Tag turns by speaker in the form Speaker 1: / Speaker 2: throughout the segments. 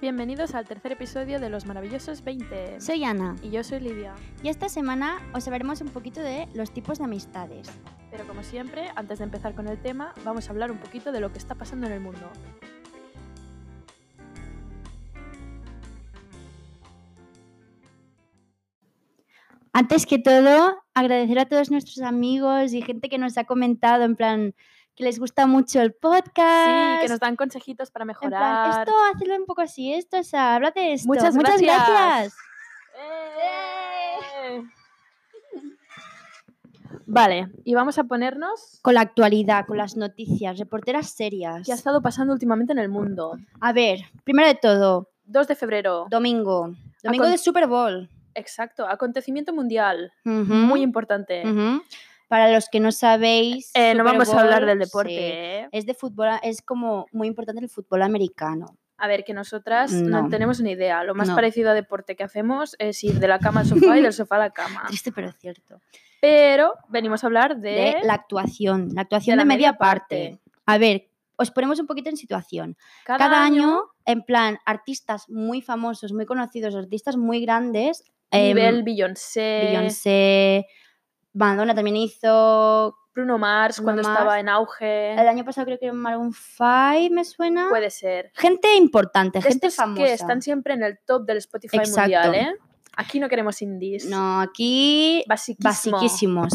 Speaker 1: Bienvenidos al tercer episodio de Los Maravillosos 20.
Speaker 2: Soy Ana
Speaker 1: Y yo soy Lidia.
Speaker 2: y esta semana os hablaremos un poquito de los tipos de amistades.
Speaker 1: Pero como siempre, antes de empezar con el tema, vamos a hablar un poquito de lo que está pasando en el mundo.
Speaker 2: Antes que todo, agradecer a todos nuestros amigos y gente que nos ha comentado en plan que les gusta mucho el podcast.
Speaker 1: Sí, que nos dan consejitos para
Speaker 2: en plan,
Speaker 1: mejorar.
Speaker 2: esto, hazlo un poco así, esto, o sea, habla de esto.
Speaker 1: Muchas gracias.
Speaker 2: gracias.
Speaker 1: ¡Eh! Vale, y vamos a ponernos
Speaker 2: Con la actualidad, con las noticias, reporteras serias.
Speaker 1: qué ha estado pasando últimamente en el mundo.
Speaker 2: A ver, primero de todo,
Speaker 1: 2 de febrero.
Speaker 2: domingo. Domingo
Speaker 1: Acon-
Speaker 2: de Super Bowl.
Speaker 1: Exacto, acontecimiento mundial.
Speaker 2: Ujú,
Speaker 1: Muy importante.
Speaker 2: ujú. Para los que no sabéis,
Speaker 1: Eh, no
Speaker 2: Super
Speaker 1: vamos a hablar
Speaker 2: Bowl,
Speaker 1: del
Speaker 2: sí.
Speaker 1: deporte. ¿eh?
Speaker 2: es de fútbol, ah, es como muy importante el fútbol americano.
Speaker 1: A ver, que nosotras no,
Speaker 2: No.
Speaker 1: tenemos ni idea. Lo más
Speaker 2: No.
Speaker 1: parecido a deporte que hacemos es ir de la cama al sofá y del sofá a la cama.
Speaker 2: Triste pero cierto.
Speaker 1: Pero venimos a hablar de,
Speaker 2: De la actuación, la actuación
Speaker 1: la
Speaker 2: de, media,
Speaker 1: media parte.
Speaker 2: parte. A ver, os ponemos un poquito en situación. Cada, año, en plan, artistas muy famosos, muy conocidos, artistas muy grandes. em,
Speaker 1: nivel Beyoncé,
Speaker 2: Beyoncé, Madonna también hizo.
Speaker 1: Bruno Mars
Speaker 2: Bruno
Speaker 1: cuando
Speaker 2: Mars.
Speaker 1: estaba en auge.
Speaker 2: El año pasado creo que Maroon 5 me suena.
Speaker 1: Puede ser.
Speaker 2: Gente importante,
Speaker 1: De
Speaker 2: gente
Speaker 1: estos
Speaker 2: famosa.
Speaker 1: que están siempre en el top del Spotify
Speaker 2: Exacto.
Speaker 1: mundial, ¿eh? Aquí no queremos indies.
Speaker 2: No, aquí
Speaker 1: Basiquísimo.
Speaker 2: basiquísimos.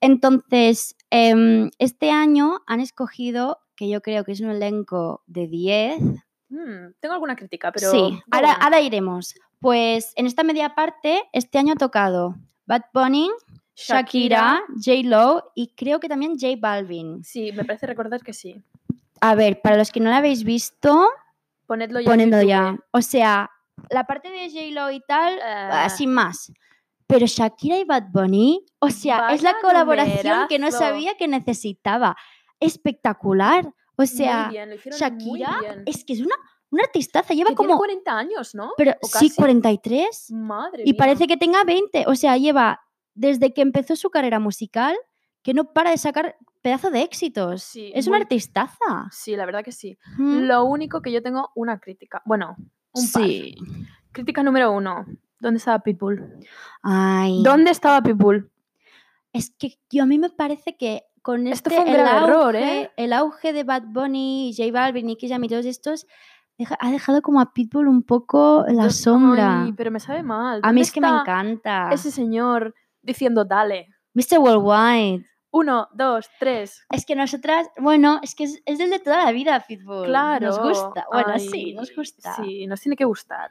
Speaker 2: Entonces, em, este año han escogido, que yo creo que es un elenco de 10.
Speaker 1: Mm, tengo alguna crítica, pero.
Speaker 2: sí,
Speaker 1: pero
Speaker 2: ahora,
Speaker 1: bueno.
Speaker 2: ahora iremos. Pues en esta media parte, este año ha tocado Bad Bunny, Shakira, J-Lo y creo que también J Balvin.
Speaker 1: Sí, me parece recordar que sí.
Speaker 2: A ver, para los que no la habéis visto,
Speaker 1: Ponedlo ya. en
Speaker 2: poniendo
Speaker 1: YouTube.
Speaker 2: ya. O sea, la parte de J-Lo y tal,
Speaker 1: Ah.
Speaker 2: ah, sin más. Pero Shakira y Bad Bunny, o sea, es la
Speaker 1: Vaya
Speaker 2: colaboración que no
Speaker 1: numerazo.
Speaker 2: sabía que necesitaba. Espectacular. O
Speaker 1: Muy
Speaker 2: sea,
Speaker 1: bien, lo hicieron muy
Speaker 2: Shakira
Speaker 1: bien.
Speaker 2: es que es una, una artistaza, lleva
Speaker 1: Que tiene
Speaker 2: como...
Speaker 1: 40 años, ¿no?
Speaker 2: pero
Speaker 1: o
Speaker 2: sí,
Speaker 1: casi.
Speaker 2: 43.
Speaker 1: Madre
Speaker 2: Y parece que tenga 20. O sea, lleva desde que empezó su carrera musical que no para de sacar pedazo de éxitos.
Speaker 1: Sí,
Speaker 2: pues, es una
Speaker 1: muy-
Speaker 2: artistaza.
Speaker 1: Sí, la verdad que sí.
Speaker 2: Mm,
Speaker 1: Lo único que yo tengo una crítica. Bueno, un par.
Speaker 2: sí.
Speaker 1: Crítica número uno. ¿Dónde estaba Pitbull?
Speaker 2: Ay.
Speaker 1: ¿Dónde estaba Pitbull?
Speaker 2: Es que yo a mí me parece que con
Speaker 1: Esto
Speaker 2: este,
Speaker 1: fue un
Speaker 2: el,
Speaker 1: gran
Speaker 2: auge,
Speaker 1: error, ¿eh?
Speaker 2: el auge de Bad Bunny, J Balvin, Nicky Jam y todos estos, deja- ha dejado como a Pitbull un poco en la
Speaker 1: Yo-
Speaker 2: sombra.
Speaker 1: Ay, pero me sabe mal.
Speaker 2: a
Speaker 1: ¿Dónde
Speaker 2: mí es que me
Speaker 1: está
Speaker 2: encanta.
Speaker 1: Ese señor diciendo dale.
Speaker 2: Mr. Worldwide.
Speaker 1: Uno, dos, tres.
Speaker 2: Es que nosotras, bueno, es que es, es del de toda la vida, Pitbull.
Speaker 1: Claro.
Speaker 2: Nos gusta. Bueno,
Speaker 1: Ay,
Speaker 2: sí, nos gusta. Sí.
Speaker 1: Sí, nos tiene que gustar.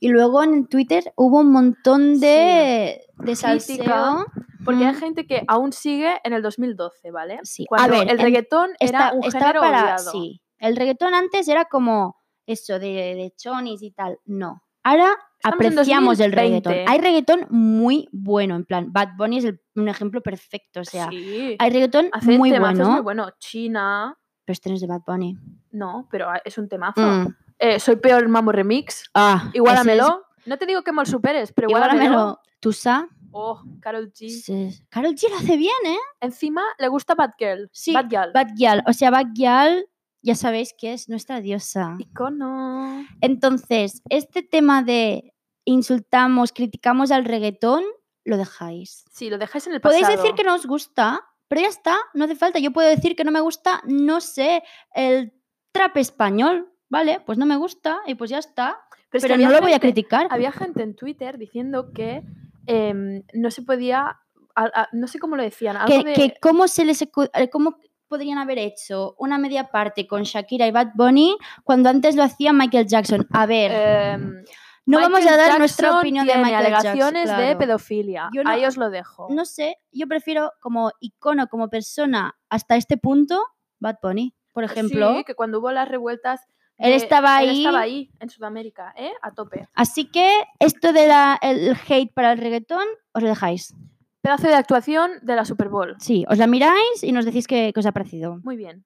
Speaker 2: Y luego en el Twitter hubo un montón de, de salseo.
Speaker 1: Porque hay
Speaker 2: Mm.
Speaker 1: gente que aún sigue en el 2012, ¿vale?
Speaker 2: Sí. A
Speaker 1: Cuando
Speaker 2: ver,
Speaker 1: el
Speaker 2: en-
Speaker 1: reggaetón era
Speaker 2: Está-
Speaker 1: un
Speaker 2: estaba
Speaker 1: género
Speaker 2: para-
Speaker 1: odiado.
Speaker 2: Sí, el reggaetón antes era como eso de, de chonis y tal. No. Ahora
Speaker 1: Estamos en
Speaker 2: apreciamos el reggaetón.
Speaker 1: 2020.
Speaker 2: Hay reggaetón muy bueno, en plan, Bad Bunny es el- un ejemplo perfecto. O sea,
Speaker 1: sí.
Speaker 2: hay reggaetón
Speaker 1: Hace
Speaker 2: muy
Speaker 1: temazos
Speaker 2: bueno,
Speaker 1: muy bueno. China,
Speaker 2: pero este no es de Bad Bunny.
Speaker 1: no, pero a- es un temazo.
Speaker 2: Mm.
Speaker 1: Eh, soy peor Mamo Remix.
Speaker 2: Ah, ese
Speaker 1: Igualamelo. No te digo que mal superes, pero
Speaker 2: es- Igualamelo.
Speaker 1: igualamelo.
Speaker 2: Tusa.
Speaker 1: Oh, Carol G.
Speaker 2: Carol G lo hace bien, ¿eh?
Speaker 1: Encima le gusta Bad Girl.
Speaker 2: Sí,
Speaker 1: Bad Girl.
Speaker 2: Bad Gyal. O sea, Bad Gyal, ya sabéis que es nuestra diosa.
Speaker 1: Icono.
Speaker 2: Entonces, este tema de insultamos, criticamos al reggaetón, lo dejáis.
Speaker 1: Sí, lo dejáis en el pasado.
Speaker 2: Podéis decir que no os gusta, pero ya está, no hace falta. Yo puedo decir que no me gusta, no sé, el trap español, ¿vale? Pues no me gusta y pues ya está.
Speaker 1: es que
Speaker 2: pero
Speaker 1: había
Speaker 2: no lo voy a
Speaker 1: gente-
Speaker 2: criticar.
Speaker 1: Había gente en Twitter diciendo que em, no se podía. a- a- no sé cómo lo decían. Algo
Speaker 2: Que,
Speaker 1: de-
Speaker 2: que cómo se les acu- eh, cómo podrían haber hecho una media parte con Shakira y Bad Bunny cuando antes lo hacía Michael Jackson. A ver,
Speaker 1: em,
Speaker 2: no vamos a
Speaker 1: Michael
Speaker 2: dar nuestra
Speaker 1: Jackson
Speaker 2: opinión de
Speaker 1: tiene
Speaker 2: Michael Jackson.
Speaker 1: alegaciones de
Speaker 2: claro.
Speaker 1: pedofilia.
Speaker 2: Yo no-
Speaker 1: Ahí os lo dejo.
Speaker 2: no sé, yo prefiero como icono, como persona, hasta este punto, Bad Bunny, por ejemplo.
Speaker 1: Ah, Sí, que cuando hubo las revueltas.
Speaker 2: Él
Speaker 1: de-
Speaker 2: estaba
Speaker 1: él estaba
Speaker 2: ahí.
Speaker 1: ahí, en Sudamérica, ¿eh? A tope.
Speaker 2: Así que esto del hate para el reggaetón, os lo dejáis.
Speaker 1: Pedazo de actuación de la Super Bowl.
Speaker 2: Sí, os la miráis y nos decís qué qué os ha parecido.
Speaker 1: Muy bien.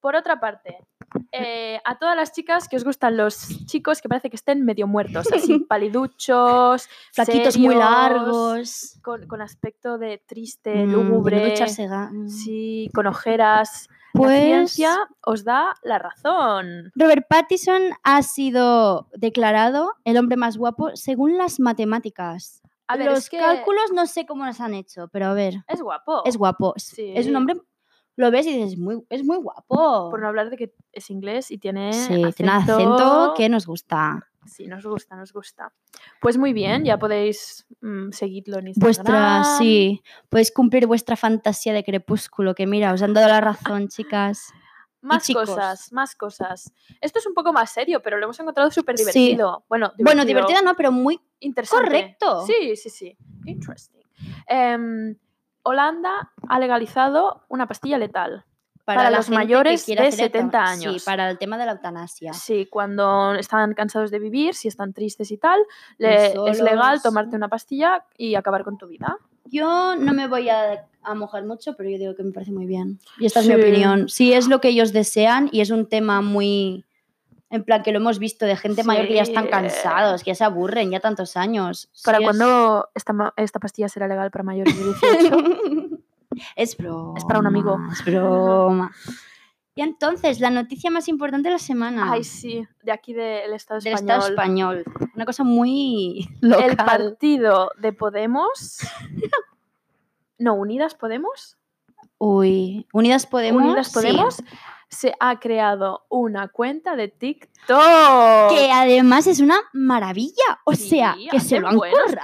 Speaker 1: Por otra parte, eh, a todas las chicas que os gustan los chicos que parece que estén medio muertos, así paliduchos,
Speaker 2: Flaquitos muy
Speaker 1: serios,
Speaker 2: largos.
Speaker 1: con, con aspecto de triste,
Speaker 2: mm, de no
Speaker 1: lúgubre,
Speaker 2: ducharse ga- mm.
Speaker 1: sí, con ojeras. La
Speaker 2: Pues
Speaker 1: ciencia os da la razón.
Speaker 2: Robert Pattinson ha sido declarado el hombre más guapo según las matemáticas.
Speaker 1: A ver,
Speaker 2: los
Speaker 1: es que
Speaker 2: cálculos no sé cómo los han hecho, pero a ver,
Speaker 1: es guapo.
Speaker 2: es guapo. Es- Es
Speaker 1: Sí.
Speaker 2: un hombre, lo ves y dices, "Es muy, es muy guapo.
Speaker 1: Por no hablar de que es inglés y tiene
Speaker 2: sí,
Speaker 1: acento...
Speaker 2: tiene acento que nos gusta.
Speaker 1: Sí, nos gusta, nos gusta. Pues muy bien, ya podéis mm, seguirlo en Instagram.
Speaker 2: Vuestra, sí, podéis cumplir vuestra fantasía de crepúsculo, que mira, os han dado la razón, chicas.
Speaker 1: Más
Speaker 2: chicos.
Speaker 1: cosas, más cosas. Esto es un poco más serio, pero lo hemos encontrado súper
Speaker 2: Sí.
Speaker 1: divertido. Bueno, divertido.
Speaker 2: Bueno, divertida no, pero muy
Speaker 1: Interesante.
Speaker 2: correcto.
Speaker 1: Sí, sí, sí. Interesting. Em, Holanda ha legalizado una pastilla letal. para los
Speaker 2: gente que
Speaker 1: mayores
Speaker 2: quiera
Speaker 1: de
Speaker 2: hacer euta-
Speaker 1: 70
Speaker 2: Sí,
Speaker 1: años.
Speaker 2: para el tema de la eutanasia.
Speaker 1: Sí, cuando están cansados de vivir, si están tristes y tal, le- es
Speaker 2: solos.
Speaker 1: legal tomarte una pastilla y acabar con tu vida.
Speaker 2: Yo no me voy a, a mojar mucho, pero yo digo que me parece muy bien. Y esta es mi
Speaker 1: Sí.
Speaker 2: opinión. Sí, es lo que ellos desean y es un tema muy... En plan, que lo hemos visto de gente mayor que ya están
Speaker 1: Sí.
Speaker 2: cansados, que ya se aburren, ya tantos años. Sí,
Speaker 1: ¿Para
Speaker 2: es-
Speaker 1: cuándo esta, ma- esta pastilla será legal para mayores de 18?
Speaker 2: es broma.
Speaker 1: para un amigo.
Speaker 2: Es broma. Y entonces, la noticia más importante de la semana
Speaker 1: Ay, sí, de aquí del Estado
Speaker 2: Ah. del
Speaker 1: español.
Speaker 2: Estado español. Una cosa muy local.
Speaker 1: El partido de Podemos. No, Unidas Podemos.
Speaker 2: Uy, Unidas Podemos.
Speaker 1: Unidas
Speaker 2: sí.
Speaker 1: Podemos se ha creado una cuenta de TikTok.
Speaker 2: Que además es una maravilla. O
Speaker 1: Sí,
Speaker 2: sea, que se
Speaker 1: hacen
Speaker 2: lo han
Speaker 1: buenos
Speaker 2: currado.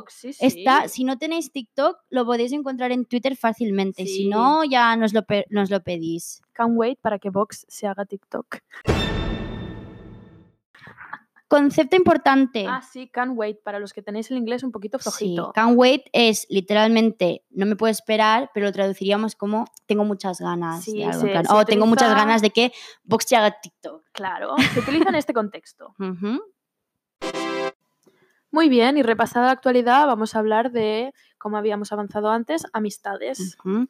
Speaker 1: TikToks, sí, sí.
Speaker 2: Está, si no tenéis TikTok, lo podéis encontrar en Twitter fácilmente.
Speaker 1: Sí.
Speaker 2: Si no, ya nos lo, pe- nos lo pedís.
Speaker 1: Can't wait para que Vox se haga TikTok.
Speaker 2: Concepto importante.
Speaker 1: Ah, sí, can't wait. Para los que tenéis el inglés un poquito
Speaker 2: Sí,
Speaker 1: flojito.
Speaker 2: can't wait es literalmente no me puedo esperar, pero lo traduciríamos como tengo muchas ganas
Speaker 1: Sí,
Speaker 2: de algo. en
Speaker 1: se-
Speaker 2: plan,
Speaker 1: se
Speaker 2: "Oh, tengo muchas
Speaker 1: utiliza-
Speaker 2: ganas de que Vox se haga TikTok.
Speaker 1: Claro, se utiliza en este contexto.
Speaker 2: Ujú.
Speaker 1: Muy bien, y repasada la actualidad, vamos a hablar de, como habíamos avanzado antes, amistades.
Speaker 2: Ujú.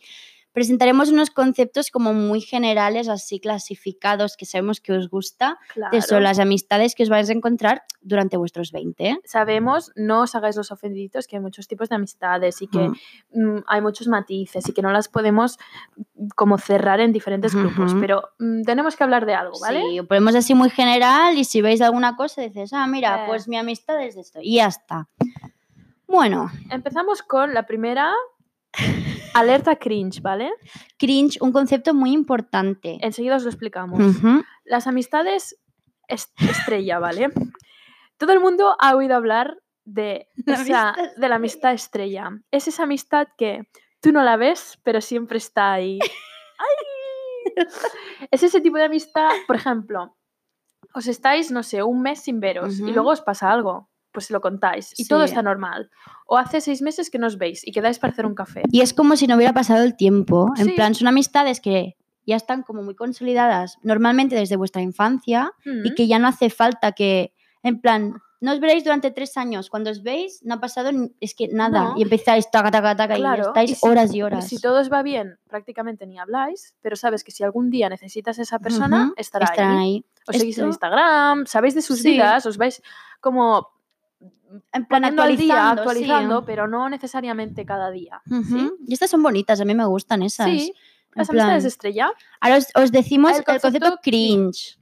Speaker 2: Presentaremos unos conceptos como muy generales, así clasificados, que sabemos que os gusta,
Speaker 1: Claro.
Speaker 2: que son Mm, las amistades que os vais a encontrar durante vuestros ¿eh? 20.
Speaker 1: Sabemos, no os hagáis los ofendiditos, que hay muchos tipos de amistades y que
Speaker 2: Ujú.
Speaker 1: mm, hay muchos matices y que no las podemos mm, como cerrar en diferentes grupos,
Speaker 2: Ujú.
Speaker 1: pero mm, tenemos que hablar de algo, ¿vale?
Speaker 2: Sí, lo ponemos así muy general y si veis alguna cosa dices, ah, mira,
Speaker 1: Eh.
Speaker 2: pues mi amistad es de esto. Y ya está. Bueno,
Speaker 1: Empezamos con la primera, alerta cringe, ¿vale?
Speaker 2: cringe, un concepto muy importante.
Speaker 1: Enseguida os lo explicamos.
Speaker 2: Ujú.
Speaker 1: Las amistades est- estrella, ¿vale? Todo el mundo ha oído hablar de,
Speaker 2: La
Speaker 1: esa-
Speaker 2: amistad
Speaker 1: de la amistad estrella. Es esa amistad que tú no la ves, pero siempre está ahí. ¡Ay! Es ese tipo de amistad, por ejemplo, os estáis, no sé, un mes sin veros y
Speaker 2: Ujú.
Speaker 1: luego os pasa algo, pues lo contáis y todo
Speaker 2: Sí.
Speaker 1: está normal. O hace seis meses que no os veis y quedáis para hacer un café.
Speaker 2: Y es como si no hubiera pasado el tiempo. En
Speaker 1: Sí.
Speaker 2: plan, son amistades que ya están como muy consolidadas, normalmente desde vuestra infancia, y
Speaker 1: Mm,
Speaker 2: que ya no hace falta que, en plan, no os veréis durante tres años. Cuando os veis, no ha pasado ni- es que nada.
Speaker 1: No.
Speaker 2: Y empezáis taca, taca, taca,
Speaker 1: Claro,
Speaker 2: y estáis
Speaker 1: y si-
Speaker 2: horas y
Speaker 1: y
Speaker 2: horas.
Speaker 1: si todo os va bien, prácticamente ni habláis, pero sabes que si algún día necesitas a esa persona,
Speaker 2: Ujú,
Speaker 1: estará ahí.
Speaker 2: Estarán ahí.
Speaker 1: Os seguís en
Speaker 2: Esto-
Speaker 1: Instagram, sabéis de sus
Speaker 2: Sí.
Speaker 1: vidas, os vais como
Speaker 2: En plan,
Speaker 1: poniendo al día,
Speaker 2: actualizando. sí.
Speaker 1: actualizando, pero no necesariamente cada día.
Speaker 2: Ujú.
Speaker 1: ¿sí?
Speaker 2: Y estas son bonitas, a mí me gustan esas.
Speaker 1: Sí,
Speaker 2: En
Speaker 1: las amistades
Speaker 2: plan-
Speaker 1: estrella.
Speaker 2: Ahora os, os decimos
Speaker 1: El
Speaker 2: el concepto,
Speaker 1: concepto
Speaker 2: cringe.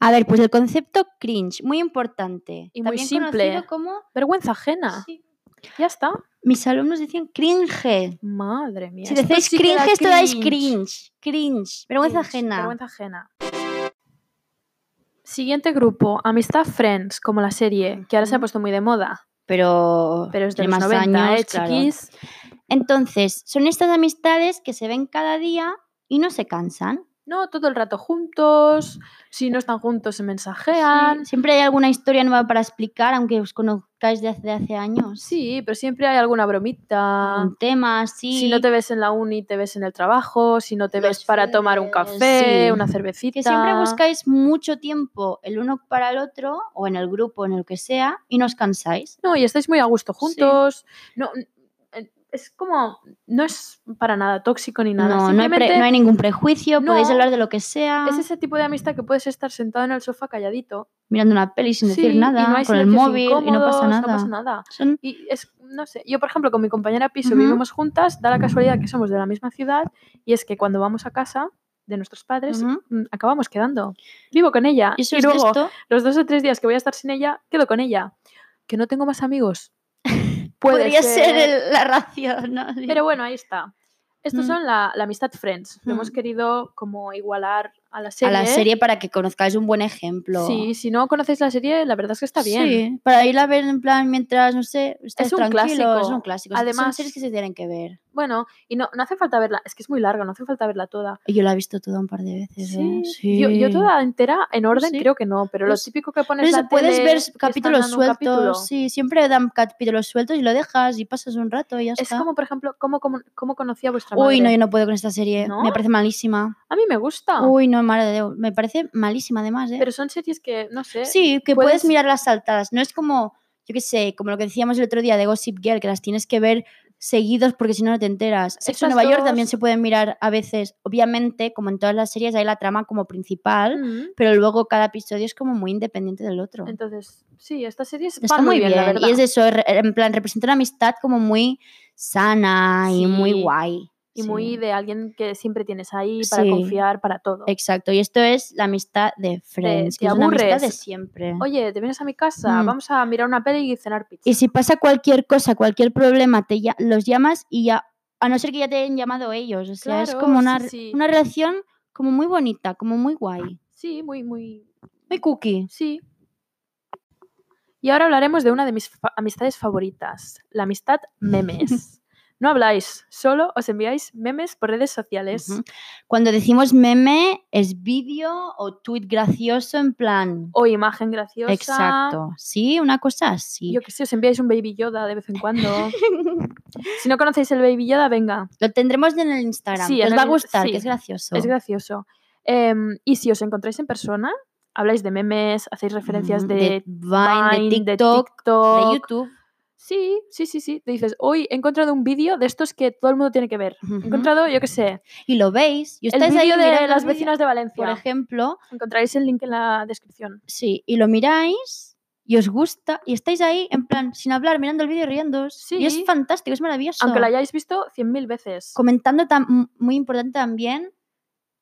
Speaker 2: A ver, pues el concepto cringe, muy importante.
Speaker 1: Y muy
Speaker 2: También
Speaker 1: simple. Ah.
Speaker 2: conocido como...
Speaker 1: Vergüenza ajena.
Speaker 2: Sí.
Speaker 1: Ya está.
Speaker 2: Mis alumnos decían cringe.
Speaker 1: Madre mía.
Speaker 2: Si decís
Speaker 1: esto sí que da
Speaker 2: cringe, esto dais
Speaker 1: cringe.
Speaker 2: cringe. Cringe. Vergüenza
Speaker 1: Cringe,
Speaker 2: ajena.
Speaker 1: Vergüenza ajena. Siguiente grupo, amistad Friends, como la serie, que ahora se ha
Speaker 2: Ujú.
Speaker 1: puesto muy de moda,
Speaker 2: Pero,
Speaker 1: pero es de
Speaker 2: tiene
Speaker 1: los
Speaker 2: más
Speaker 1: 90,
Speaker 2: años,
Speaker 1: ¿eh,
Speaker 2: claro.
Speaker 1: chiquis?
Speaker 2: Entonces, son estas amistades que se ven cada día y no se cansan.
Speaker 1: No, todo el rato juntos, si no están juntos se mensajean.
Speaker 2: Sí, siempre hay alguna historia nueva para explicar, aunque os conozcáis de hace, de hace años.
Speaker 1: Sí, pero siempre hay alguna bromita.
Speaker 2: Un tema, sí.
Speaker 1: Si no te ves en la uni, te ves en el trabajo. Si no te ves
Speaker 2: Los
Speaker 1: para tomar un
Speaker 2: fines,
Speaker 1: café,
Speaker 2: sí.
Speaker 1: una cervecita.
Speaker 2: que siempre buscáis mucho tiempo el uno para el otro o en el grupo, en el que sea, y no os cansáis.
Speaker 1: No, y estáis muy a gusto juntos. No, n- eh, es como, no es para nada tóxico ni nada.
Speaker 2: No, no hay, pre-
Speaker 1: simplemente
Speaker 2: no hay ningún prejuicio,
Speaker 1: No.
Speaker 2: podéis hablar de lo que sea,
Speaker 1: Es ese tipo de amistad que puedes estar sentado en el sofá calladito.
Speaker 2: mirando una peli sin decir
Speaker 1: sí,
Speaker 2: nada,
Speaker 1: y no hay
Speaker 2: con el
Speaker 1: silencios
Speaker 2: móvil y no
Speaker 1: incómodos,
Speaker 2: pasa nada.
Speaker 1: No pasa nada.
Speaker 2: Son-
Speaker 1: Y es, no sé, yo por ejemplo con mi compañera Piso
Speaker 2: Ujú.
Speaker 1: vivimos juntas, da la casualidad que somos de la misma ciudad y es que cuando vamos a casa de nuestros padres
Speaker 2: Ujú.
Speaker 1: mm, acabamos quedando. Vivo con ella
Speaker 2: Y
Speaker 1: Ah,
Speaker 2: eso
Speaker 1: y
Speaker 2: es
Speaker 1: luego
Speaker 2: esto.
Speaker 1: los dos o tres días que voy a estar sin ella, quedo con ella. Que no tengo más amigos. Puede
Speaker 2: Podría ser el- la ración. ¿no? Sí.
Speaker 1: Pero bueno, ahí está. Estos
Speaker 2: Mm.
Speaker 1: son la, la amistad friends. Lo hemos
Speaker 2: Mm.
Speaker 1: querido como igualar a la serie.
Speaker 2: A la serie para que conozcáis un buen ejemplo.
Speaker 1: Sí, si no conocéis la serie, la verdad es que está bien.
Speaker 2: Sí, para ir a ver en plan mientras, no sé, estás
Speaker 1: Es un
Speaker 2: tranquilo. Es
Speaker 1: clásico.
Speaker 2: un clásico. Son- Son
Speaker 1: Además-
Speaker 2: series que se tienen que ver.
Speaker 1: Bueno, y no, no hace falta verla, es que es muy larga, no hace falta verla toda.
Speaker 2: Yo la he visto toda un par de veces. ¿eh? Sí. Pues
Speaker 1: Yo, yo toda entera, en orden
Speaker 2: Sí.
Speaker 1: creo que no, pero
Speaker 2: No
Speaker 1: lo
Speaker 2: sé.
Speaker 1: típico que
Speaker 2: No
Speaker 1: pones
Speaker 2: sé,
Speaker 1: la
Speaker 2: puedes
Speaker 1: tele
Speaker 2: ver
Speaker 1: que están
Speaker 2: capítulos
Speaker 1: dando un
Speaker 2: sueltos.
Speaker 1: capítulo.
Speaker 2: Sí, siempre dan capítulos sueltos y lo dejas y pasas un rato y ya
Speaker 1: Es
Speaker 2: está.
Speaker 1: como, por ejemplo, cómo, cómo, cómo conocí a vuestra
Speaker 2: Uy, no,
Speaker 1: madre.
Speaker 2: yo no puedo con esta serie.
Speaker 1: ¿No?
Speaker 2: Me parece malísima.
Speaker 1: A mí me gusta,
Speaker 2: Uy, no, madre de Dios, Me parece malísima además, ¿eh?
Speaker 1: Ah. pero son series que, no sé,
Speaker 2: Sí, que puedes,
Speaker 1: puedes-
Speaker 2: mirar las saltadas. No es como, yo qué sé, como lo que decíamos el otro día de Gossip Girl, que las tienes que ver seguidos porque si no, no te enteras. Sexo en
Speaker 1: Estas
Speaker 2: Nueva York también
Speaker 1: dos-
Speaker 2: se pueden mirar a veces. Obviamente, como en todas las series, hay la trama como principal,
Speaker 1: mm,
Speaker 2: pero luego cada episodio es como muy independiente del otro.
Speaker 1: entonces, sí, estas series
Speaker 2: Está
Speaker 1: van muy bien, la verdad.
Speaker 2: Y es eso, re- en plan, representa una amistad como muy sana y muy
Speaker 1: Sí,
Speaker 2: guay.
Speaker 1: Y
Speaker 2: Sí,
Speaker 1: muy de alguien que siempre tienes ahí para
Speaker 2: Sí.
Speaker 1: confiar, para todo.
Speaker 2: Exacto, y esto es la amistad de Friends,
Speaker 1: te
Speaker 2: que es una amistad de
Speaker 1: aburres.
Speaker 2: siempre.
Speaker 1: Oye, te vienes a mi casa,
Speaker 2: Mm.
Speaker 1: vamos a mirar una peli y cenar pizza.
Speaker 2: Y si pasa cualquier cosa, cualquier problema, te ya- los llamas y ya, a no ser que ya te hayan llamado ellos. O sea, es
Speaker 1: Claro,
Speaker 2: como una,
Speaker 1: sí,
Speaker 2: re-
Speaker 1: sí.
Speaker 2: una relación como muy bonita, como muy guay.
Speaker 1: Sí, muy, muy,
Speaker 2: Muy cookie.
Speaker 1: Sí. Y ahora hablaremos de una de mis fa- amistades favoritas, la amistad memes. No habláis, solo os enviáis memes por redes sociales.
Speaker 2: Ujú. Cuando decimos meme, es vídeo o tweet gracioso en plan.
Speaker 1: O imagen graciosa.
Speaker 2: Exacto. Sí, una cosa así.
Speaker 1: Yo que sé, os enviáis un Baby Yoda de vez en cuando. si no conocéis el Baby Yoda, venga,
Speaker 2: Lo tendremos en el Instagram.
Speaker 1: Sí,
Speaker 2: que
Speaker 1: en
Speaker 2: os va a
Speaker 1: el-
Speaker 2: gustar,
Speaker 1: sí,
Speaker 2: que es gracioso.
Speaker 1: es gracioso. Em, y si os encontráis en persona, habláis de memes, hacéis referencias
Speaker 2: Ujú,
Speaker 1: de,
Speaker 2: Vine, de
Speaker 1: Vine,
Speaker 2: TikTok, de
Speaker 1: TikTok,
Speaker 2: YouTube.
Speaker 1: Sí, sí, sí, sí. Te dices, hoy he encontrado un vídeo de estos que todo el mundo tiene que ver.
Speaker 2: Ujú.
Speaker 1: He encontrado, yo qué sé,
Speaker 2: Y lo veis. Y
Speaker 1: el
Speaker 2: estáis ahí
Speaker 1: vídeo
Speaker 2: mirando
Speaker 1: de
Speaker 2: el
Speaker 1: las
Speaker 2: vídeo,
Speaker 1: vecinas de
Speaker 2: por
Speaker 1: Valencia.
Speaker 2: ejemplo,
Speaker 1: Encontraréis el link en la descripción.
Speaker 2: Sí, y lo miráis y os gusta y estáis ahí en plan sin hablar, mirando el vídeo y riéndoos. Y es
Speaker 1: Sí.
Speaker 2: fantástico, es maravilloso.
Speaker 1: Aunque lo hayáis visto 100.000 veces.
Speaker 2: Comentando tam- m- muy importante también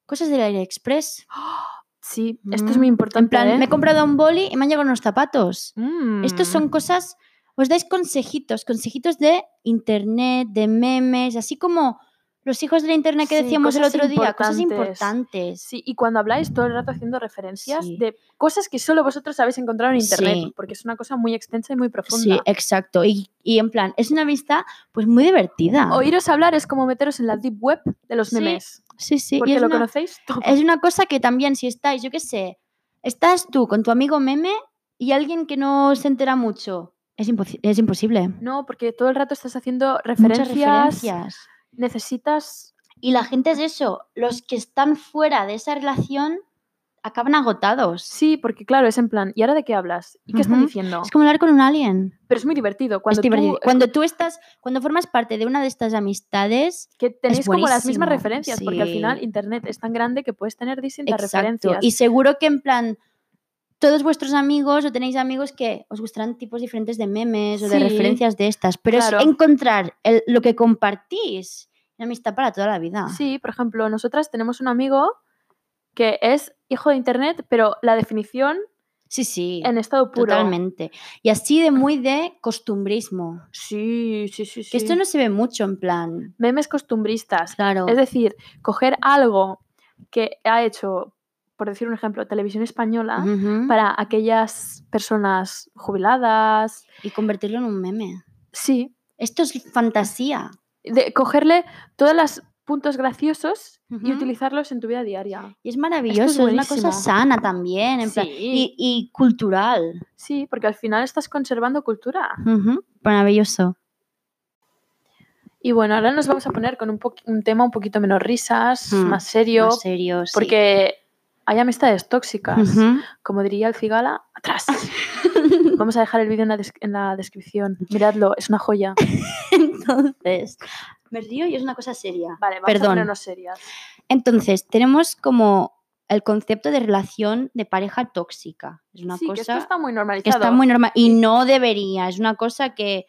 Speaker 2: cosas del AliExpress.
Speaker 1: ¡Ah! Sí, esto es muy
Speaker 2: Mm,
Speaker 1: importante.
Speaker 2: En plan,
Speaker 1: ¿eh?
Speaker 2: me he comprado un boli y me han llegado unos zapatos.
Speaker 1: Mm.
Speaker 2: Estos son cosas, os dais consejitos, consejitos de internet, de memes, así como los hijos de la internet que
Speaker 1: Sí,
Speaker 2: decíamos el
Speaker 1: cosas
Speaker 2: otro día, cosas
Speaker 1: importantes.
Speaker 2: importantes.
Speaker 1: Sí, y cuando habláis todo el rato haciendo referencias
Speaker 2: Sí.
Speaker 1: de cosas que solo vosotros habéis encontrado en internet,
Speaker 2: Sí.
Speaker 1: porque es una cosa muy extensa y muy
Speaker 2: Sí, eh,
Speaker 1: profunda.
Speaker 2: exacto. Y, y en plan, es una amistad pues muy divertida.
Speaker 1: Oíros hablar es como meteros en la deep web de los
Speaker 2: Sí,
Speaker 1: memes,
Speaker 2: Sí, sí. y
Speaker 1: porque
Speaker 2: es
Speaker 1: lo
Speaker 2: una- eh,
Speaker 1: conocéis todo.
Speaker 2: es una cosa que también si estáis, yo qué sé, estás tú con tu amigo meme y alguien que no se entera mucho, es, imposi- es imposible.
Speaker 1: No, porque todo el rato estás haciendo
Speaker 2: Muchas
Speaker 1: referencias.
Speaker 2: referencias.
Speaker 1: Necesitas.
Speaker 2: Y la gente es eso, los que están fuera de esa relación acaban agotados.
Speaker 1: Sí, porque claro, es en plan, ¿y ahora de qué hablas? ¿Y qué están
Speaker 2: Ujú.
Speaker 1: diciendo?
Speaker 2: Es como hablar con un alien.
Speaker 1: Pero es muy divertido cuando
Speaker 2: es divertido.
Speaker 1: tú, eh,
Speaker 2: Cuando tú estás, cuando formas parte de una de estas amistades,
Speaker 1: que tenéis como las mismas
Speaker 2: buenísimo,
Speaker 1: referencias, porque al final
Speaker 2: sí.
Speaker 1: internet es tan grande que puedes tener distintas
Speaker 2: exacto.
Speaker 1: referencias.
Speaker 2: Y seguro que en plan, todos vuestros amigos o tenéis amigos que os gustarán tipos diferentes de memes o de
Speaker 1: Sí,
Speaker 2: referencias de estas, pero
Speaker 1: claro.
Speaker 2: es encontrar el- lo que compartís. Una amistad para toda la vida.
Speaker 1: Sí, por ejemplo, nosotras tenemos un amigo que es hijo de internet, pero la definición
Speaker 2: sí, sí,
Speaker 1: en estado puro.
Speaker 2: totalmente. Y así de muy de costumbrismo.
Speaker 1: Sí, sí, sí, sí.
Speaker 2: Que esto no se ve mucho en plan.
Speaker 1: Memes costumbristas.
Speaker 2: Claro.
Speaker 1: Es decir, coger algo que ha hecho, por decir un ejemplo, televisión española
Speaker 2: Ujú.
Speaker 1: para aquellas personas jubiladas.
Speaker 2: Y convertirlo en un meme.
Speaker 1: Sí,
Speaker 2: Esto es fantasía.
Speaker 1: de cogerle todos los puntos graciosos y
Speaker 2: Ujú.
Speaker 1: utilizarlos en tu vida diaria.
Speaker 2: Y es maravilloso. es, una cosa
Speaker 1: buenísimo.
Speaker 2: sana también. en plan-
Speaker 1: Sí,
Speaker 2: y, y cultural.
Speaker 1: sí, porque al final estás conservando cultura.
Speaker 2: Ujú. Maravilloso.
Speaker 1: Y bueno, ahora nos vamos a poner con un, poqu- un tema un poquito menos risas,
Speaker 2: Mm,
Speaker 1: más serio,
Speaker 2: Más serio. sí.
Speaker 1: porque hay amistades tóxicas.
Speaker 2: Ujú.
Speaker 1: Como diría el cigala, atrás. Vamos a dejar el vídeo en, la des- en la descripción. Miradlo, es una joya.
Speaker 2: Entonces, me río y es una cosa seria.
Speaker 1: Vale, vamos
Speaker 2: Perdón.
Speaker 1: a ponernos serias.
Speaker 2: Entonces, tenemos como el concepto de relación de pareja tóxica. Es una
Speaker 1: sí, que esto
Speaker 2: cosa
Speaker 1: está muy
Speaker 2: que
Speaker 1: normalizado.
Speaker 2: está muy normal y no debería. Es una cosa que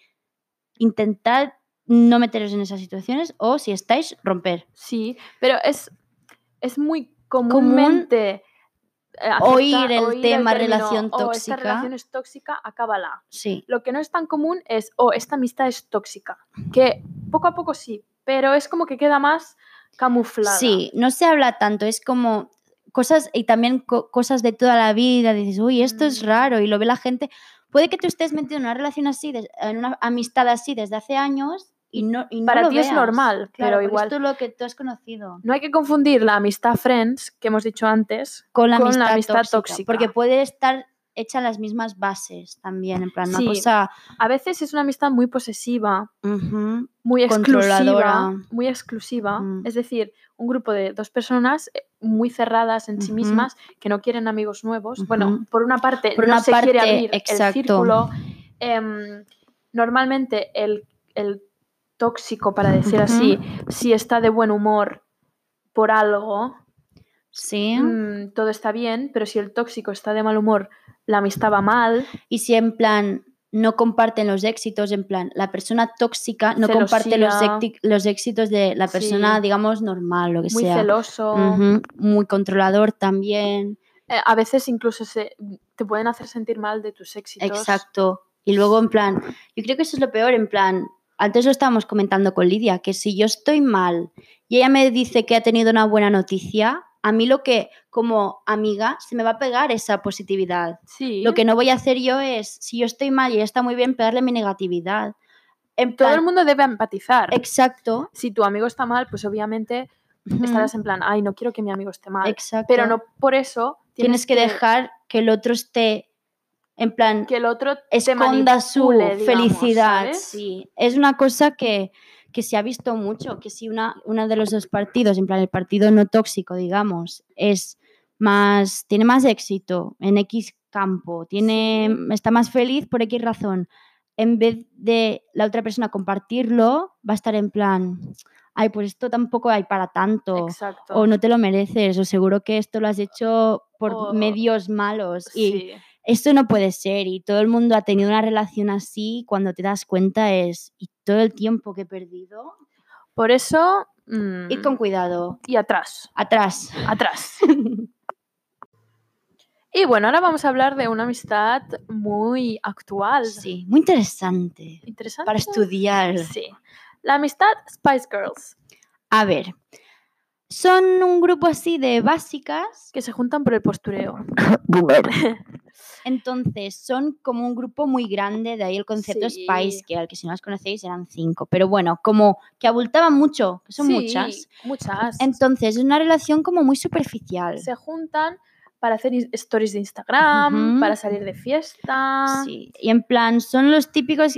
Speaker 2: intentad no meteros en esas situaciones o si estáis, romper.
Speaker 1: Sí, pero es, es muy comúnmente... eh, acepta-
Speaker 2: oír el tema
Speaker 1: término,
Speaker 2: relación
Speaker 1: "Oh, esta
Speaker 2: tóxica".
Speaker 1: relación es tóxica, acábala.
Speaker 2: Sí.
Speaker 1: Lo que no es tan común es, oh, esta amistad es tóxica. Que poco a poco sí, pero es como que queda más camuflada.
Speaker 2: Sí, no se habla tanto, es como cosas y también co- cosas de toda la vida, dices, uy, esto es
Speaker 1: Mm.
Speaker 2: raro y lo ve la gente. Puede que tú estés metido en una relación así, des- en una amistad así desde hace años y no y no
Speaker 1: Para
Speaker 2: lo
Speaker 1: ti es
Speaker 2: veas.
Speaker 1: normal,
Speaker 2: Claro,
Speaker 1: pero
Speaker 2: porque
Speaker 1: igual...
Speaker 2: Esto es lo que tú has conocido.
Speaker 1: No hay que confundir la amistad friends, que hemos dicho antes,
Speaker 2: Con la
Speaker 1: Con la
Speaker 2: amistad,
Speaker 1: amistad
Speaker 2: tóxica,
Speaker 1: tóxica.
Speaker 2: Porque puede estar hecha en las mismas bases también, en plan, una
Speaker 1: Sí.
Speaker 2: cosa
Speaker 1: A veces es una amistad muy posesiva,
Speaker 2: ujú,
Speaker 1: muy exclusiva,
Speaker 2: Controladora.
Speaker 1: muy exclusiva.
Speaker 2: Mm.
Speaker 1: Es decir, un grupo de dos personas eh, muy cerradas en sí
Speaker 2: Ujú.
Speaker 1: mismas, que no quieren amigos nuevos. Bueno,
Speaker 2: Ujú.
Speaker 1: por una parte,
Speaker 2: Por
Speaker 1: no
Speaker 2: una
Speaker 1: se quiere
Speaker 2: parte,
Speaker 1: abrir el
Speaker 2: exacto.
Speaker 1: círculo. Em, normalmente el, el tóxico, para decir
Speaker 2: Ujú.
Speaker 1: así, si está de buen humor por algo,
Speaker 2: Sí.
Speaker 1: mm, todo está bien, pero si el tóxico está de mal humor, la amistad va mal.
Speaker 2: y si en plan no comparten los éxitos, en plan, la persona tóxica no comparte los,
Speaker 1: Celosía.
Speaker 2: écti- los éxitos de la persona,
Speaker 1: Sí.
Speaker 2: digamos, normal, lo que
Speaker 1: muy
Speaker 2: sea.
Speaker 1: celoso.
Speaker 2: Ujú, Muy controlador también.
Speaker 1: Eh, a veces incluso se, te pueden hacer sentir mal de tus éxitos.
Speaker 2: Exacto. Y luego, en plan, yo creo que eso es lo peor, en plan, antes lo estábamos comentando con Lidia, que si yo estoy mal y ella me dice que ha tenido una buena noticia, a mí lo que, como amiga, se me va a pegar esa positividad.
Speaker 1: Sí.
Speaker 2: Lo que no voy a hacer yo es, si yo estoy mal y ella está muy bien, pegarle mi negatividad. En
Speaker 1: Todo
Speaker 2: plan,
Speaker 1: el mundo debe empatizar.
Speaker 2: exacto.
Speaker 1: si tu amigo está mal, pues obviamente estarás en plan, ay, no quiero que mi amigo esté mal.
Speaker 2: Exacto.
Speaker 1: Pero no por eso
Speaker 2: tienes, que, dejar que el otro esté en plan
Speaker 1: que el otro te
Speaker 2: esconda su
Speaker 1: manipule, digamos,
Speaker 2: felicidad.
Speaker 1: ¿sabes?
Speaker 2: Sí, es una cosa que, que se ha visto mucho, que si una, una de los dos partidos, en plan el partido no tóxico, digamos, es más, tiene más éxito en X campo, tiene, está más feliz por X razón, en vez de la otra persona compartirlo, va a estar en plan, ay, pues esto tampoco hay para tanto.
Speaker 1: Exacto.
Speaker 2: O no te lo mereces, o seguro que esto lo has hecho por
Speaker 1: O-
Speaker 2: medios malos. Y
Speaker 1: Sí.
Speaker 2: esto no puede ser y todo el mundo ha tenido una relación así, cuando te das cuenta es, y todo el tiempo que he perdido,
Speaker 1: Por eso... mm,
Speaker 2: ir con cuidado,
Speaker 1: y atrás,
Speaker 2: atrás.
Speaker 1: atrás. y bueno, ahora vamos a hablar de una amistad muy actual.
Speaker 2: sí, muy interesante
Speaker 1: Interesante.
Speaker 2: para estudiar.
Speaker 1: Sí. La amistad Spice Girls,
Speaker 2: A ver, son un grupo así de básicas,
Speaker 1: que se juntan por el postureo.
Speaker 2: entonces son como un grupo muy grande, de ahí el concepto
Speaker 1: Sí.
Speaker 2: Spice, que al que si no las conocéis eran cinco, pero bueno, como que abultaban mucho, que son
Speaker 1: Sí,
Speaker 2: muchas.
Speaker 1: Muchas.
Speaker 2: Entonces es una relación como muy superficial.
Speaker 1: se juntan para hacer is- stories de Instagram,
Speaker 2: Ujú.
Speaker 1: para salir de fiesta.
Speaker 2: Sí, y en plan, son los típicos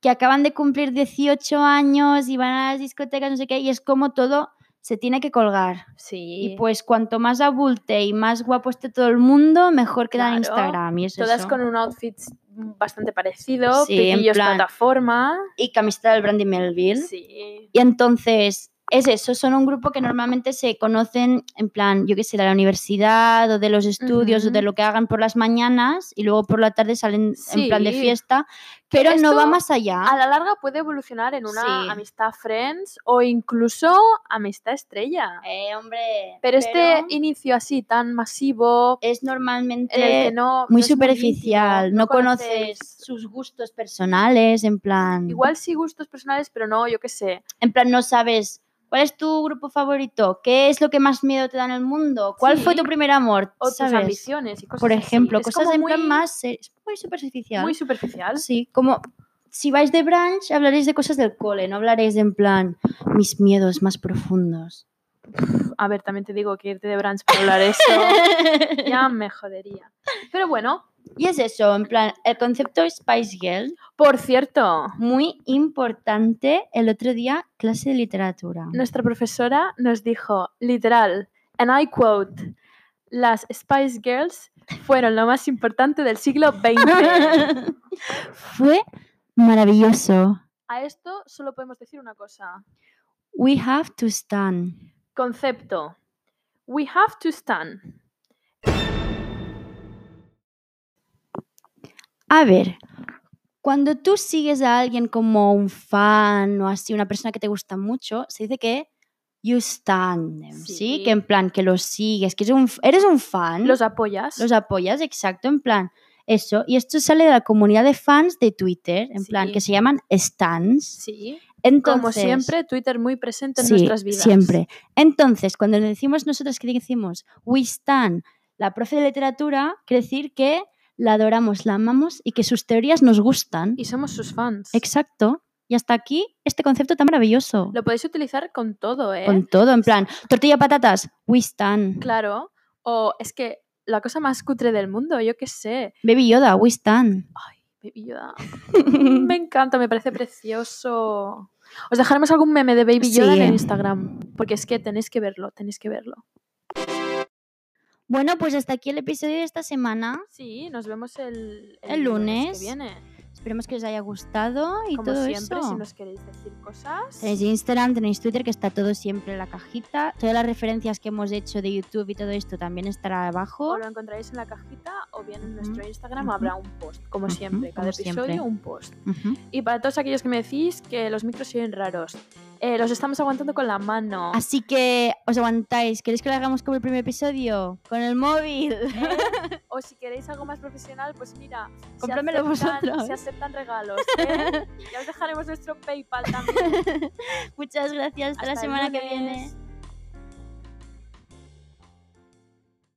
Speaker 2: que acaban de cumplir 18 años y van a las discotecas, no sé qué, y es como todo se tiene que colgar.
Speaker 1: Sí.
Speaker 2: Y pues cuanto más abulte y más guapo esté todo el mundo, mejor queda en
Speaker 1: Claro,
Speaker 2: Instagram. Y es
Speaker 1: Todas
Speaker 2: eso.
Speaker 1: con un outfit bastante parecido,
Speaker 2: Sí, en
Speaker 1: pitillos
Speaker 2: plan-
Speaker 1: plataforma.
Speaker 2: Y camiseta del Brandy Melville.
Speaker 1: Sí.
Speaker 2: Y entonces, es eso, son un grupo que normalmente se conocen en plan, yo qué sé, de la universidad o de los estudios o de
Speaker 1: Ujú.
Speaker 2: lo que hagan por las mañanas y luego por la tarde salen en plan de
Speaker 1: Sí.
Speaker 2: fiesta, pero no va
Speaker 1: esto
Speaker 2: más allá.
Speaker 1: A la larga puede evolucionar en una
Speaker 2: Sí.
Speaker 1: amistad friends o incluso amistad estrella.
Speaker 2: Eh, hombre.
Speaker 1: Pero este inicio así tan masivo,
Speaker 2: es
Speaker 1: en el que
Speaker 2: normalmente
Speaker 1: no
Speaker 2: muy
Speaker 1: no es
Speaker 2: superficial.
Speaker 1: íntimo,
Speaker 2: no conoces sus gustos personales, en plan.
Speaker 1: Igual sí gustos personales, pero no, yo qué sé.
Speaker 2: En plan, no sabes. ¿Cuál es tu grupo favorito? ¿Qué es lo que más miedo te da en el mundo? ¿Cuál fue
Speaker 1: Sí.
Speaker 2: tu primer amor?
Speaker 1: O tus
Speaker 2: ¿Sabes?
Speaker 1: ambiciones y cosas
Speaker 2: Por
Speaker 1: así.
Speaker 2: ejemplo,
Speaker 1: Es
Speaker 2: cosas
Speaker 1: como
Speaker 2: en
Speaker 1: muy,
Speaker 2: plan más. ser- Es muy superficial.
Speaker 1: Muy superficial.
Speaker 2: Sí, como. Si vais de branch, hablaréis de cosas del cole, no hablaréis de en plan mis miedos más profundos.
Speaker 1: A ver, también te digo que irte de branch para hablar eso ya me jodería. Pero bueno,
Speaker 2: Y es eso, en plan, el concepto Spice Girl
Speaker 1: por cierto,
Speaker 2: muy importante el otro día clase de literatura.
Speaker 1: nuestra profesora nos dijo, literal, and I quote, las Spice Girls fueron lo más importante del siglo XX.
Speaker 2: Fue maravilloso.
Speaker 1: A esto solo podemos decir una cosa.
Speaker 2: We have to stand.
Speaker 1: Concepto. We have to stand.
Speaker 2: A ver, cuando tú sigues a alguien como un fan o así, una persona que te gusta mucho, se dice que you stand them, ¿sí?
Speaker 1: Sí.
Speaker 2: Que en plan, que los sigues, que eres un, f- eres un fan.
Speaker 1: ¿Los apoyas?
Speaker 2: ¿Mm? Los apoyas, exacto, en plan, eso. Y esto sale de la comunidad de fans de Twitter, en plan,
Speaker 1: Sí.
Speaker 2: que se llaman stans.
Speaker 1: sí.
Speaker 2: Entonces,
Speaker 1: Como siempre, Twitter muy presente en
Speaker 2: sí,
Speaker 1: nuestras vidas.
Speaker 2: siempre. Entonces, cuando decimos nosotros que decimos we stan, la profe de literatura, quiere decir que la adoramos, la amamos y que sus teorías nos gustan.
Speaker 1: Y somos sus fans.
Speaker 2: Exacto. Y hasta aquí este concepto tan maravilloso.
Speaker 1: Lo podéis utilizar con todo, ¿eh?
Speaker 2: Con todo, en plan, tortilla patatas, we stan.
Speaker 1: Claro. O es que la cosa más cutre del mundo, yo qué sé.
Speaker 2: Baby Yoda, we stan.
Speaker 1: Ay, Baby Yoda. Mm, Me encanta, me parece precioso. Os dejaremos algún meme de Baby Yoda
Speaker 2: Sí.
Speaker 1: en el Instagram, porque es que tenéis que verlo, tenéis que verlo.
Speaker 2: bueno, pues hasta aquí el episodio de esta semana.
Speaker 1: Sí, nos vemos el,
Speaker 2: El lunes.
Speaker 1: que viene.
Speaker 2: Esperemos que os haya gustado y
Speaker 1: Como
Speaker 2: todo
Speaker 1: siempre,
Speaker 2: eso.
Speaker 1: si nos queréis decir cosas.
Speaker 2: Tenéis Instagram, tenéis Twitter, que está todo siempre en la cajita. Todas las referencias que hemos hecho de YouTube y todo esto también estará abajo.
Speaker 1: O lo encontraréis en la cajita o bien en
Speaker 2: Ujú,
Speaker 1: nuestro Instagram
Speaker 2: ujú.
Speaker 1: habrá un post, como
Speaker 2: Ujú,
Speaker 1: siempre, cada
Speaker 2: como
Speaker 1: episodio
Speaker 2: siempre.
Speaker 1: un post.
Speaker 2: Ujú.
Speaker 1: Y para todos aquellos que me decís que los micros se oyen raros, eh, los estamos aguantando con la mano.
Speaker 2: Así que os aguantáis. ¿Queréis que lo hagamos como el primer episodio? Con el móvil.
Speaker 1: ¿eh? O si queréis algo más profesional, pues mira, se
Speaker 2: Cómpramelo
Speaker 1: aceptan-
Speaker 2: vosotros.
Speaker 1: Se aceptan regalos. ¿eh? ya os dejaremos nuestro PayPal también.
Speaker 2: Muchas gracias. Hasta,
Speaker 1: Hasta
Speaker 2: la
Speaker 1: el
Speaker 2: semana que
Speaker 1: lunes.
Speaker 2: viene.